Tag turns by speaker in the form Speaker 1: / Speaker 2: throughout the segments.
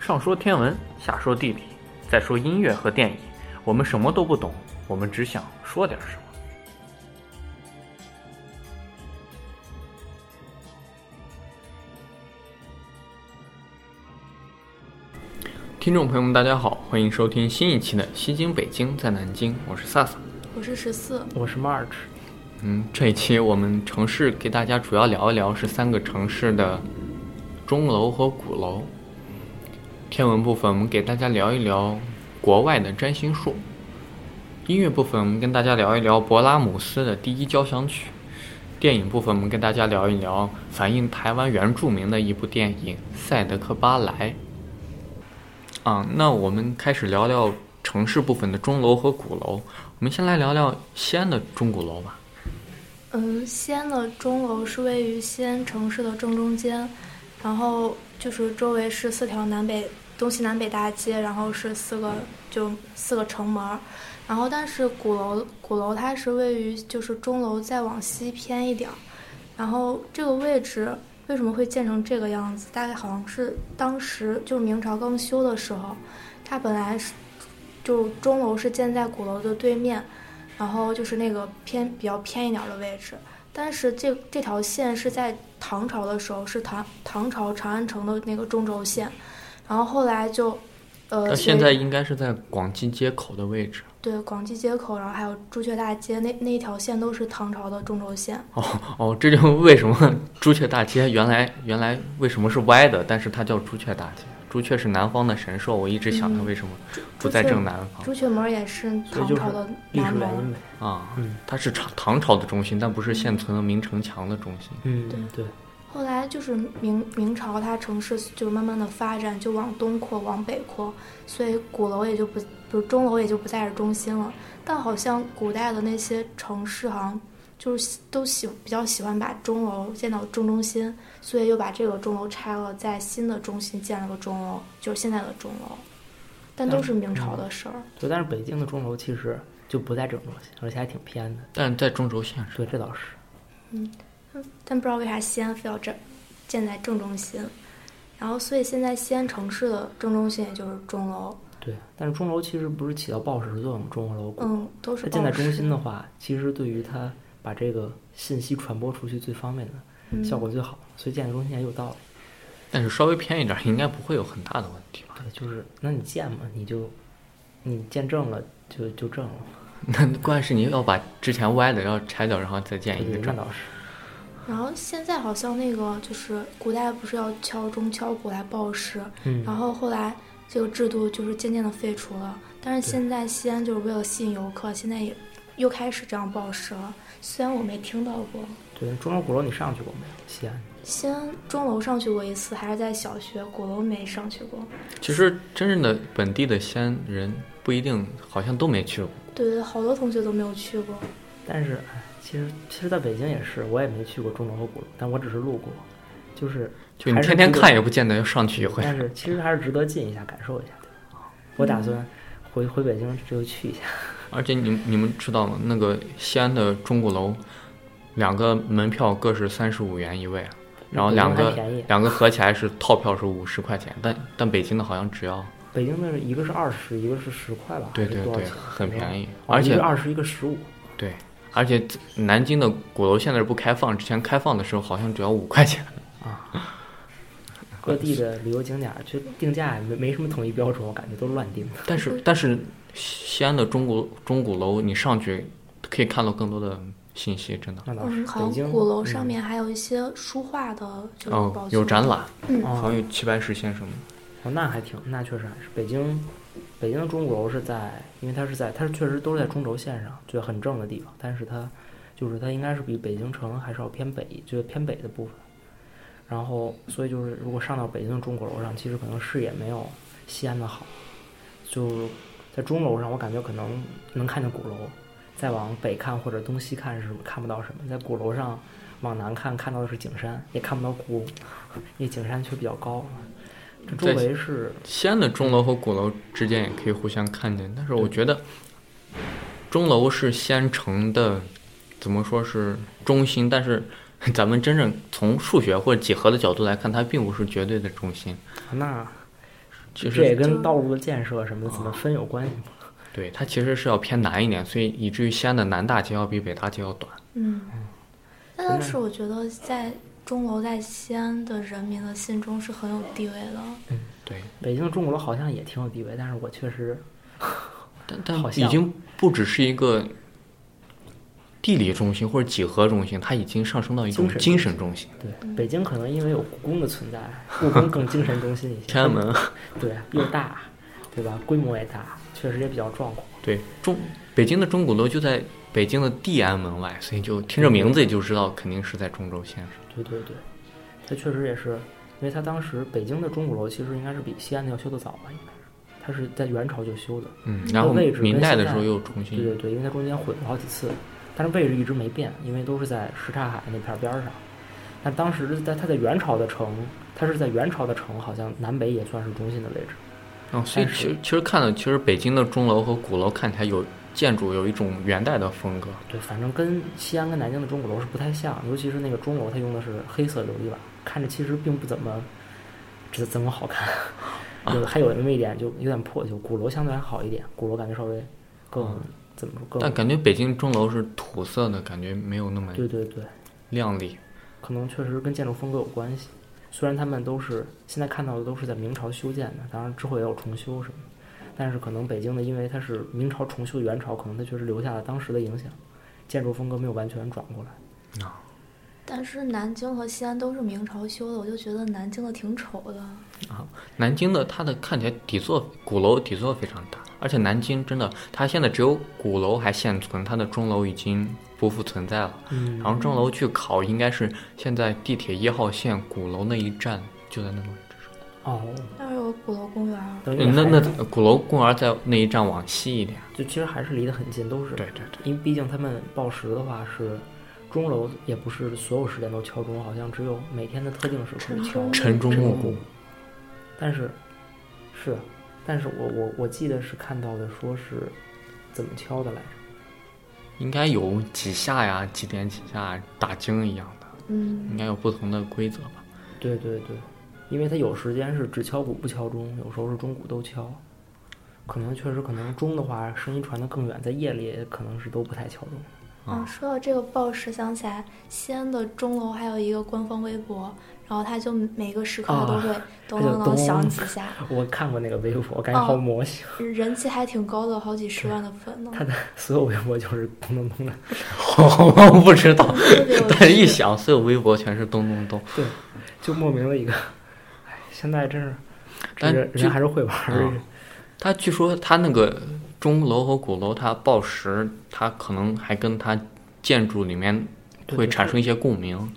Speaker 1: 上说天文，下说地理，再说音乐和电影，我们什么都不懂，我们只想说点什么。听众朋友们，大家好，欢迎收听新一期的《西京北京在南京》，我是萨萨，
Speaker 2: 我是十四，
Speaker 3: 我是 March。
Speaker 1: 嗯，这一期我们城市给大家主要聊一聊是三个城市的钟楼和鼓楼。天文部分我们给大家聊一聊国外的占星术，音乐部分我们跟大家聊一聊勃拉姆斯的第一交响曲，电影部分我们跟大家聊一聊反映台湾原住民的一部电影《赛德克巴莱》。啊，那我们开始聊聊城市部分的钟楼和鼓楼。我们先来聊聊西安的钟鼓楼吧。
Speaker 2: 嗯，西安的钟楼是位于西安城市的正中间，然后就是周围是四条南北东西南北大街，然后是四个就四个城门儿，然后但是鼓楼鼓楼它是位于就是钟楼再往西偏一点儿，然后这个位置为什么会建成这个样子？大概好像是当时就是明朝刚修的时候，它本来是就钟楼是建在鼓楼的对面，然后就是那个偏比较偏一点的位置。但是这这条线是在唐朝的时候是唐唐朝长安城的那个中轴线，然后后来就，呃，
Speaker 1: 那现在应该是在广济街口的位置。
Speaker 2: 对广济街口，然后还有朱雀大街那那一条线都是唐朝的中轴线。
Speaker 1: 哦哦，这就是为什么朱雀大街原来原来为什么是歪的，但是它叫朱雀大街。朱雀是南方的神兽，我一直想它为什么不在正南方
Speaker 2: 嗯朱雀门也是
Speaker 3: 所
Speaker 2: 唐
Speaker 3: 以就是
Speaker 2: 朝的
Speaker 3: 艺
Speaker 2: 南
Speaker 3: 术原因
Speaker 2: 门。
Speaker 3: 呗。
Speaker 1: 啊
Speaker 3: 嗯？
Speaker 1: 它是唐唐朝的中心，但不是现存的明城墙的中心。
Speaker 3: 嗯，对，
Speaker 2: 后来就是明明朝，它城市就慢慢的发展，就往东扩，往北扩，所以鼓楼也就不，不是钟楼也就不再是中心了。但好像古代的那些城市，好像就是喜都喜比较喜欢把钟楼建到正中心，所以又把这个钟楼拆了，在新的中心建了个钟楼，就是现在的钟楼。但都是明朝的事儿，
Speaker 3: 对。但是北京的钟楼其实就不在正中心，而且还挺偏的。
Speaker 1: 但在中轴线上，
Speaker 3: 对，这倒是。
Speaker 2: 但不知道为啥西安非要这建在正中心，然后所以现在西安城市的正中心也就是钟楼。
Speaker 3: 对，但是钟楼其实不是起到报时作用，钟楼鼓。
Speaker 2: 嗯，都是
Speaker 3: 它建在
Speaker 2: 报
Speaker 3: 中
Speaker 2: 时
Speaker 3: 心的话，其实对于它把这个信息传播出去最方便的，效果最好，所以建在中心也有道理。
Speaker 1: 但是稍微偏一点，应该不会有很大的问题吧？
Speaker 3: 对，就是那你建嘛，你就你建正了就就正了，
Speaker 1: 那关键是你要把之前歪的要拆掉，然后再建一个
Speaker 3: 对，
Speaker 1: 哎正
Speaker 3: 那。倒是。
Speaker 2: 然后现在好像那个就是古代不是要敲钟敲鼓来报时，
Speaker 3: 嗯，
Speaker 2: 然后后来这个制度就是渐渐的废除了。但是现在西安就是为了吸引游客，现在也又开始这样报时了。虽然我没听到过，
Speaker 3: 对，钟楼鼓楼你上去过没有？西安。
Speaker 2: 西安钟楼上去过一次，还是在小学，鼓楼没上去过。
Speaker 1: 其实真正的本地的西安人不一定，好像都没去过。
Speaker 2: 对对，好多同学都没有去过。
Speaker 3: 但是，哎其实其实在北京也是，我也没去过钟楼和鼓楼，但我只是路过，就是
Speaker 1: 就你
Speaker 3: 还是
Speaker 1: 天天
Speaker 3: 值得
Speaker 1: 看也不见得要上去一回。
Speaker 3: 但是其实还是值得进一下，感受一下，对吧？我
Speaker 2: 嗯
Speaker 3: 打算回回北京之后去一下。
Speaker 1: 而且你你们知道吗？那个西安的钟鼓楼，两个门票各是三十五元一位啊，然后
Speaker 3: 北京
Speaker 1: 两
Speaker 3: 还
Speaker 1: 个
Speaker 3: 便宜，
Speaker 1: 两个合起来是套票是五十块钱，但但北京的好像只要
Speaker 3: 北京的是一个是二十，一个是十块吧，
Speaker 1: 对
Speaker 3: 还是
Speaker 1: 对
Speaker 3: 多少
Speaker 1: 对，
Speaker 3: 钱
Speaker 1: 很便。宜，
Speaker 3: 哦
Speaker 1: 而
Speaker 3: 一
Speaker 1: 且
Speaker 3: 个二十，一个十五，
Speaker 1: 对，而且南京的鼓楼现在是不开放，之前开放的时候好像只要五块钱。
Speaker 3: 各地的旅游景点儿就定价也没没什么统一标准，我感觉都乱定的。
Speaker 1: 但是但是西安的钟鼓钟鼓楼，你上去可以看到更多的信息，真的。
Speaker 3: 那倒是，
Speaker 2: 嗯，好
Speaker 3: 北京
Speaker 2: 像鼓楼上
Speaker 3: 嗯
Speaker 2: 面还有一些书画的，就是
Speaker 1: 哦
Speaker 2: 保，
Speaker 1: 有
Speaker 2: 存
Speaker 1: 展览，
Speaker 3: 哦
Speaker 1: 好像有齐白石先生的。
Speaker 3: 哦，那还挺，那确实还是北京，北京的钟鼓楼是在，因为它是在，它是确实都是在中轴线上，就很正的地方，但是它就是它应该是比北京城还是要偏北，就是偏北的部分。然后，所以就是如果上到北京的钟鼓楼上，其实可能视野没有西安的好。就在钟楼上，我感觉可能能看见鼓楼，再往北看或者东西看是看不到什么，在鼓楼上往南看看到的是景山，也看不到鼓，因为景山却比较高。啊这周
Speaker 1: 在
Speaker 3: 围是
Speaker 1: 西安的钟楼和鼓楼之间也可以互相看见，但是我觉得钟楼是西安城的怎么说是中心，但是咱们真正从数学或者几何的角度来看，它并不是绝对的中心。啊
Speaker 3: 那
Speaker 1: 其
Speaker 3: 这也
Speaker 1: 实
Speaker 3: 跟道路的建设什么怎么分有关系吗？
Speaker 1: 对它其实是要偏南一点，所以以至于西安的南大街要比北大街要短。
Speaker 2: 嗯，但
Speaker 3: 真
Speaker 2: 当
Speaker 3: 的
Speaker 2: 时我觉得在钟楼在西安的人民的心中是很有地位的。
Speaker 1: 对，
Speaker 3: 北京的钟鼓楼好像也挺有地位，但是我确实
Speaker 1: 但但
Speaker 3: 好像
Speaker 1: 已经不只是一个地理中心或者几何中心，它已经上升到一种
Speaker 3: 精神
Speaker 1: 精神中心。
Speaker 3: 对北京可能因为有故宫的存在，故宫更精神中心一些。
Speaker 1: 天安门，
Speaker 3: 对又大，对吧？规模也大，确实也比较壮阔。
Speaker 1: 对中北京的钟鼓楼就在北京的地安门外，所以就听这名字也就知道肯定是在中轴线上。
Speaker 3: 对对对，它确实也是，因为它当时北京的钟鼓楼其实应该是比西安的要修得早吧，应该是，它是在元朝就修的。
Speaker 1: 嗯，然后
Speaker 3: 位置
Speaker 1: 明
Speaker 3: 跟
Speaker 1: 代
Speaker 3: 现
Speaker 1: 的时候
Speaker 3: 在
Speaker 1: 又重新
Speaker 3: 对对对，因为它中间毁了好几次，但是位置一直没变，因为都是在什刹海那片儿边儿上。但当时在它在元朝的城，它是在元朝的城，好像南北也算是中心的位置。
Speaker 1: 嗯，所以
Speaker 3: 但
Speaker 1: 其
Speaker 3: 是
Speaker 1: 实其实看了，其实北京的钟楼和鼓楼看起来有建筑有一种元代的风格，
Speaker 3: 对，反正跟西安跟南京的钟鼓楼是不太像，尤其是那个钟楼，它用的是黑色琉璃瓦，看着其实并不怎么怎怎么 好看。有还有那么一点就有点破旧，鼓楼相对还好一点，鼓楼感觉稍微更、怎么说更
Speaker 1: 嗯但感觉北京钟楼是土色的，感觉没有那么
Speaker 3: 对对对，
Speaker 1: 亮丽。
Speaker 3: 可能确实跟建筑风格有关系。虽然他们都是现在看到的都是在明朝修建的，当然之后也有重修什么的，但是可能北京的因为它是明朝重修元朝，可能它确实留下了当时的影响，建筑风格没有完全转过来。
Speaker 2: 但是南京和西安都是明朝修的，我就觉得南京的挺丑的。
Speaker 1: 啊南京的它的看起来底座鼓楼底座非常大，而且南京真的它现在只有鼓楼还现存，它的钟楼已经不复存在了。
Speaker 3: 嗯
Speaker 1: 然后钟楼据考应该是现在地铁一号线鼓楼那一站就在那个位置上。
Speaker 3: 哦，
Speaker 2: 那儿有鼓楼公园儿，
Speaker 3: 等于
Speaker 1: 嗯，那
Speaker 3: 还
Speaker 1: 那鼓楼公园在那一站往西一点。
Speaker 3: 就其实还是离得很近，都是
Speaker 1: 对对对。
Speaker 3: 因为毕竟他们报时的话是钟楼，也不是所有时间都敲钟，好像只有每天的特定时刻
Speaker 2: 晨
Speaker 3: 敲
Speaker 2: 钟。
Speaker 1: 晨钟暮鼓，
Speaker 3: 但是是，啊但是我我我记得是看到的说是怎么敲的来着？
Speaker 1: 应该有几下呀，几点几下打经一样的，应
Speaker 2: 嗯，
Speaker 1: 该有不同的规则吧。
Speaker 3: 对对对，因为他有时间是只敲鼓不敲钟，有时候是钟鼓都敲。可能确实，可能钟的话，声音传得更远，在夜里也可能是都不太敲钟。
Speaker 2: 啊，说到这个报时，想起来西安的钟楼还有一个官方微博，然后它就每个时刻它都
Speaker 3: 啊
Speaker 2: 会咚
Speaker 3: 它就
Speaker 2: 咚
Speaker 3: 咚
Speaker 2: 咚响几下，
Speaker 3: 我看过那个微博，我感觉
Speaker 2: 哦
Speaker 3: 好魔性。
Speaker 2: 人气还挺高的，好几十万的粉呢。
Speaker 3: 他的所有微博就是咚咚咚的，
Speaker 1: 我不知 道
Speaker 2: 特别有，
Speaker 1: 但是一
Speaker 2: 趣
Speaker 1: 想，所有微博全是咚咚咚。
Speaker 3: 对，就莫名的一个，哎，现在真是，这
Speaker 1: 但
Speaker 3: 人
Speaker 1: 据
Speaker 3: 人还是会玩儿
Speaker 1: 啊他据说他那个钟楼和鼓楼，它报时，它可能还跟它建筑里面
Speaker 3: 对
Speaker 1: 会
Speaker 3: 对
Speaker 1: 产生一些共鸣，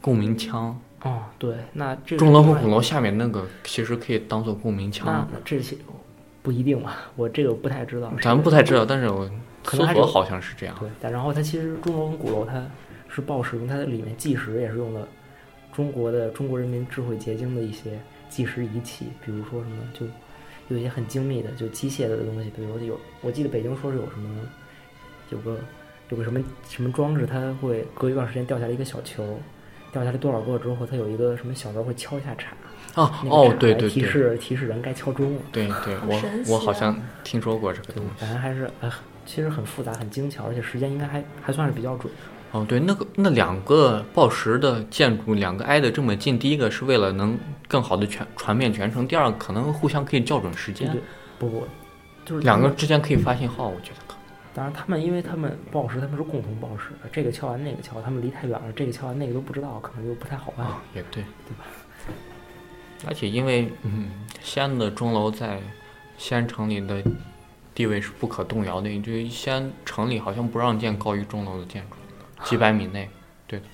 Speaker 1: 共鸣腔。
Speaker 3: 哦，对，那这
Speaker 1: 钟楼和鼓
Speaker 3: 恐
Speaker 1: 楼
Speaker 3: 龙，
Speaker 1: 下面那个其实可以当做共鸣
Speaker 3: 那
Speaker 1: 腔，
Speaker 3: 那这些不一定吧，我这个不太知道，
Speaker 1: 咱们不太知道，但是我
Speaker 3: 可
Speaker 1: 搜
Speaker 3: 能还
Speaker 1: 索
Speaker 3: 是
Speaker 1: 好像是这样。
Speaker 3: 对，但然后它其实钟楼跟鼓楼它是报时用，它里面计时也是用的中国的中国人民智慧结晶的一些计时仪器，比如说什么就有一些很精密的就机械的东西，比如有我记得北京说是有什么有个有个什么什么装置，它会隔一段时间掉下来一个小球，掉下来多少个之后，它有一个什么小人会敲一下叉，
Speaker 1: 啊，
Speaker 3: 那个
Speaker 1: 哦
Speaker 3: 叉，
Speaker 1: 对
Speaker 3: 来
Speaker 1: 对
Speaker 3: 提
Speaker 1: 对，
Speaker 3: 示提示人该敲钟了。嗯
Speaker 1: 对对，
Speaker 2: 好
Speaker 1: 我
Speaker 2: 神
Speaker 1: 我
Speaker 2: 奇
Speaker 1: 好
Speaker 2: 啊
Speaker 1: 像听说过这个东西。
Speaker 3: 反正还是哎，其实很复杂很精巧，而且时间应该还还算是比较准。
Speaker 1: 哦，对，那个那两个报时的建筑，两个挨得这么近，第一个是为了能更好的全传遍全城，第二个可能互相可以校准时
Speaker 3: 对
Speaker 1: 间
Speaker 3: 对，，不不，就是
Speaker 1: 两
Speaker 3: 他
Speaker 1: 个
Speaker 3: 们。
Speaker 1: 之间可以发信号，我觉得可
Speaker 3: 当然，他们因为他们报时，他们是共同报时，这个敲完那个敲，他们离太远了，这个敲完那个都不知道，可能就不太好办。
Speaker 1: 啊、也对，对吧？而且因为嗯，西安的钟楼在西安城里的地位是不可动摇的，就西安城里好像不让建高于钟楼的建筑，几百米内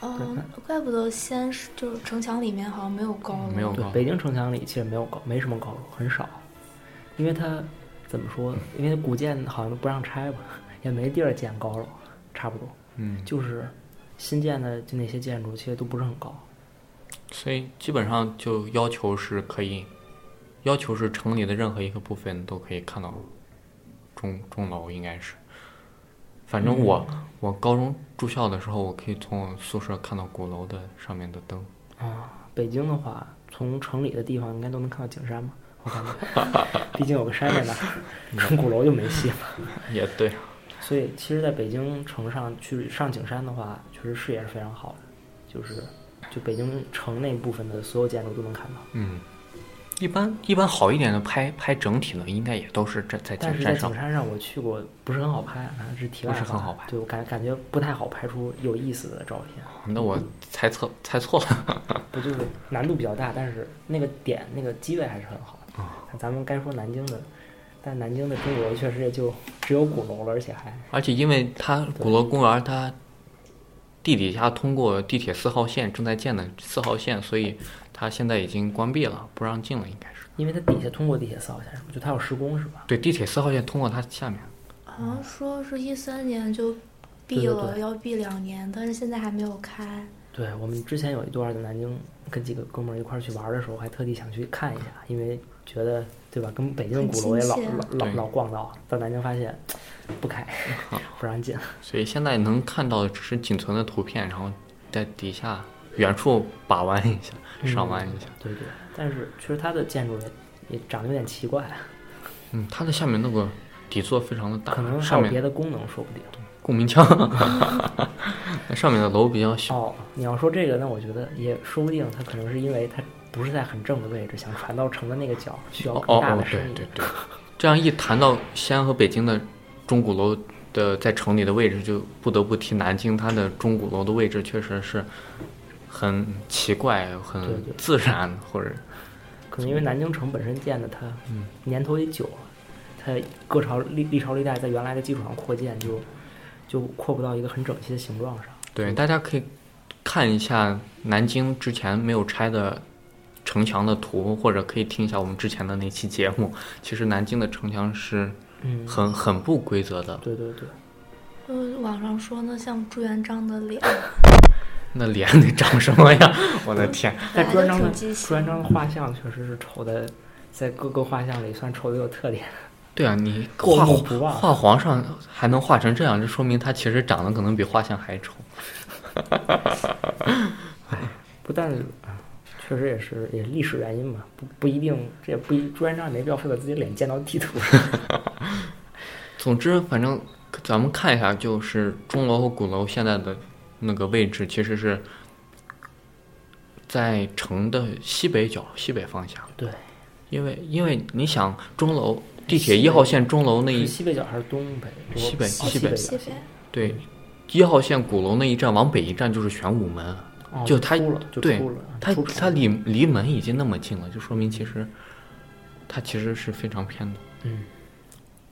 Speaker 2: 哦，怪不得西安是就是城墙里面好像没有高楼，
Speaker 1: 没有
Speaker 3: 对
Speaker 1: 高，，
Speaker 3: 北京城墙里其实没有高，没什么高楼，很少，因为它怎么说？因为古建好像都不让拆吧，也没地儿建高楼，差不多
Speaker 1: 嗯，
Speaker 3: 就是新建的就那些建筑其实都不是很高。
Speaker 1: 所以基本上就要求是可以，要求是城里的任何一个部分都可以看到钟钟楼，应该是。反正我、我高中住校的时候，我可以从我宿舍看到鼓楼的上面的灯。
Speaker 3: 哦啊，北京的话，从城里的地方应该都能看到景山吧？我 感觉，毕竟有个山在那儿，成鼓楼就没戏了。
Speaker 1: 也对，
Speaker 3: 所以其实在北京城上去上景山的话，确实视野是非常好的，就是就北京城那部分的所有建筑都能看到。
Speaker 1: 嗯，一般一般好一点的拍拍整体的，应该也都是在在
Speaker 3: 但
Speaker 1: 景
Speaker 3: 是在
Speaker 1: 山
Speaker 3: 景
Speaker 1: 上。
Speaker 3: 山上我去过，不是很好拍，啊，是题外
Speaker 1: 不
Speaker 3: 话，
Speaker 1: 是很好拍
Speaker 3: 对我感感觉不太好拍出有意思的照片，
Speaker 1: 那我猜测猜错了，
Speaker 3: 不就是难度比较大，但是那个点那个机位还是很好的。
Speaker 1: 嗯
Speaker 3: 咱们该说南京的，但南京的钟鼓楼确实也就只有鼓楼了，而且还
Speaker 1: 而且因为它鼓楼公园它地底下通过地铁四号线正在建的四号线，所以它现在已经关闭了，不让进了，应该是。
Speaker 3: 因为它底下通过地铁四号线是吧？就它有施工是吧？
Speaker 1: 对，地铁四号线通过它下面。
Speaker 2: 好像说是一三年就
Speaker 3: 嗯对
Speaker 2: 闭
Speaker 3: 对
Speaker 2: 了，
Speaker 3: 对
Speaker 2: 要闭两年，但是现在还没有开。
Speaker 3: 对我们之前有一段在南京跟几个哥们儿一块儿去玩儿的时候，还特地想去看一下，因为觉得对吧，跟北京的鼓楼也老
Speaker 2: 很亲切
Speaker 3: 老老
Speaker 1: 对
Speaker 3: 老逛到，到南京发现不开， 不让进。
Speaker 1: 所以现在能看到的只是仅存的图片，然后在底下远处把玩一下，
Speaker 3: 嗯
Speaker 1: 赏玩一下。
Speaker 3: 对对，但是确实它的建筑也也长得有点奇怪，
Speaker 1: 嗯，它的下面那个底座非常的大，
Speaker 3: 可能还
Speaker 1: 上
Speaker 3: 有别
Speaker 1: 面
Speaker 3: 的功能，说不定。
Speaker 1: 共鸣腔，那上面的楼比较小，
Speaker 3: 哦，你要说这个，那我觉得也说不定，它可能是因为它不是在很正的位置，想传到城的那个角，需要
Speaker 1: 哦
Speaker 3: 更
Speaker 1: 哦
Speaker 3: 大
Speaker 1: 哦
Speaker 3: 的，声
Speaker 1: 对
Speaker 3: 音。
Speaker 1: 对对，这样一谈到西安和北京的钟鼓楼的在城里的位置，就不得不提南京，它的钟鼓楼的位置确实是很奇怪、很
Speaker 3: 对对
Speaker 1: 自然，或者
Speaker 3: 可能因为南京城本身建的它
Speaker 1: 嗯
Speaker 3: 年头也久了，它各朝历历朝历代在原来的基础上扩建就，就扩不到一个很整齐的形状上。
Speaker 1: 对，大家可以看一下南京之前没有拆的城墙的图，或者可以听一下我们之前的那期节目。其实南京的城墙是
Speaker 3: 嗯，
Speaker 1: 很很不规则的，
Speaker 3: 对对对，
Speaker 2: 就是网上说呢，像朱元璋的脸，
Speaker 1: 那脸得长什么呀？ 我的天！
Speaker 3: 但朱元璋
Speaker 2: 本
Speaker 3: 的
Speaker 2: 来就挺畸形
Speaker 3: 朱元璋的画像确实是丑的，在各个画像里算丑的有特点。
Speaker 1: 对啊，你
Speaker 3: 过
Speaker 1: 画
Speaker 3: 目不忘
Speaker 1: 画皇上还能画成这样，这说明他其实长得可能比画像还丑。
Speaker 3: 不但啊，确实也是也是历史原因嘛，不不一定，这也不一朱元璋也没必要非把自己脸建到地 图上。
Speaker 1: 总之，反正咱们看一下，就是钟楼和鼓楼现在的那个位置，其实是在城的西北角、西北方向。
Speaker 3: 对，
Speaker 1: 因为因为你想钟楼地铁
Speaker 3: 西
Speaker 1: 一
Speaker 3: 北
Speaker 1: 号线钟楼那
Speaker 3: 是
Speaker 1: 一
Speaker 3: 西北角还是东北？我
Speaker 1: 西北
Speaker 3: 哦
Speaker 1: 西
Speaker 3: 西
Speaker 1: 北
Speaker 3: 角
Speaker 2: 西北
Speaker 1: 对一号线鼓楼那一站往北一站就是玄武门，
Speaker 3: 哦
Speaker 1: 就它
Speaker 3: 出了就
Speaker 1: 对
Speaker 3: 出了，啊
Speaker 1: 它
Speaker 3: 出
Speaker 1: 它
Speaker 3: 城
Speaker 1: 离离门已经那么近了，就说明其实它其实是非常偏的。
Speaker 3: 嗯，